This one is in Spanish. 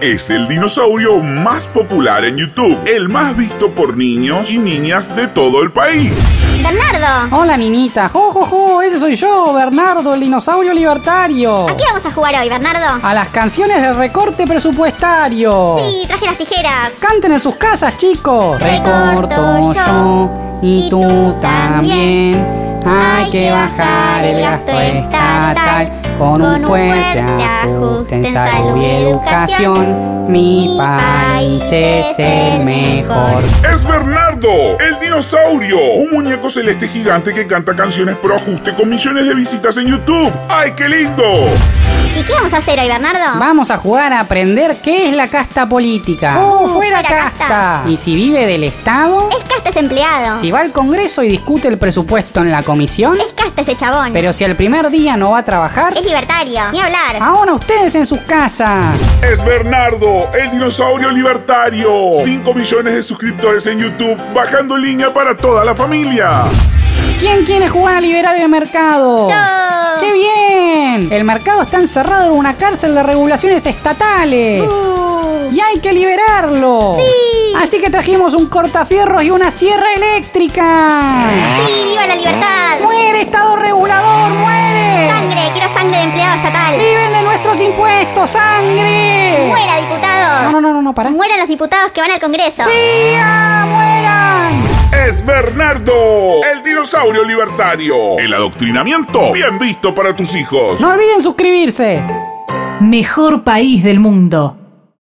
es el dinosaurio más popular en YouTube, el más visto por niños y niñas de todo el país. Bernardo, Hola, ninita. Jo, jo, jo, ese soy yo, Bernardo, el dinosaurio libertario. ¿a qué vamos a jugar hoy, Bernardo? A las canciones de recorte presupuestario. Sí, traje las tijeras. Canten en sus casas, chicos. Recorto yo, y tú también. Hay que bajar el gasto estatal con un fuerte ajuste en salud y educación. Mi país es el mejor. Es Bernardo, el dinosaurio, un muñeco celeste gigante que canta canciones pro ajuste con millones de visitas en YouTube. ¡Ay, qué lindo! ¿Y qué vamos a hacer hoy, Bernardo? Vamos a jugar a aprender qué es la casta política. Oh, Uh, fuera fuera casta! casta. Eh. ¿Y si vive del Estado? Es casta ese empleado. ¿Si va al Congreso y discute el presupuesto en la comisión? Es casta ese chabón. ¿Pero si el primer día no va a trabajar? Es libertario. Ni hablar. Ahora ustedes en sus casas. Es Bernardo, el dinosaurio libertario. 5 millones de suscriptores en YouTube, bajando línea para toda la familia. ¿Quién quiere jugar a liberar el mercado? Yo. ¡Qué bien! El mercado está encerrado en una cárcel de regulaciones estatales. Uh, Y hay que liberarlo. Sí. Así que trajimos un cortafierros y una sierra eléctrica. sí, viva la libertad. ¡Muere, Estado regulador! ¡Muere! Sangre, quiero sangre de empleado estatal. ¡Viven de nuestros impuestos! ¡Sangre! Muera, No, diputado. no, no, no, no, pará. Mueran los diputados que van al Congreso. ¡Sí! ah, ¡Mueran! Es Bernardo, el dinosaurio libertario. El adoctrinamiento, bien visto para tus hijos. No olviden suscribirse. Mejor país del mundo.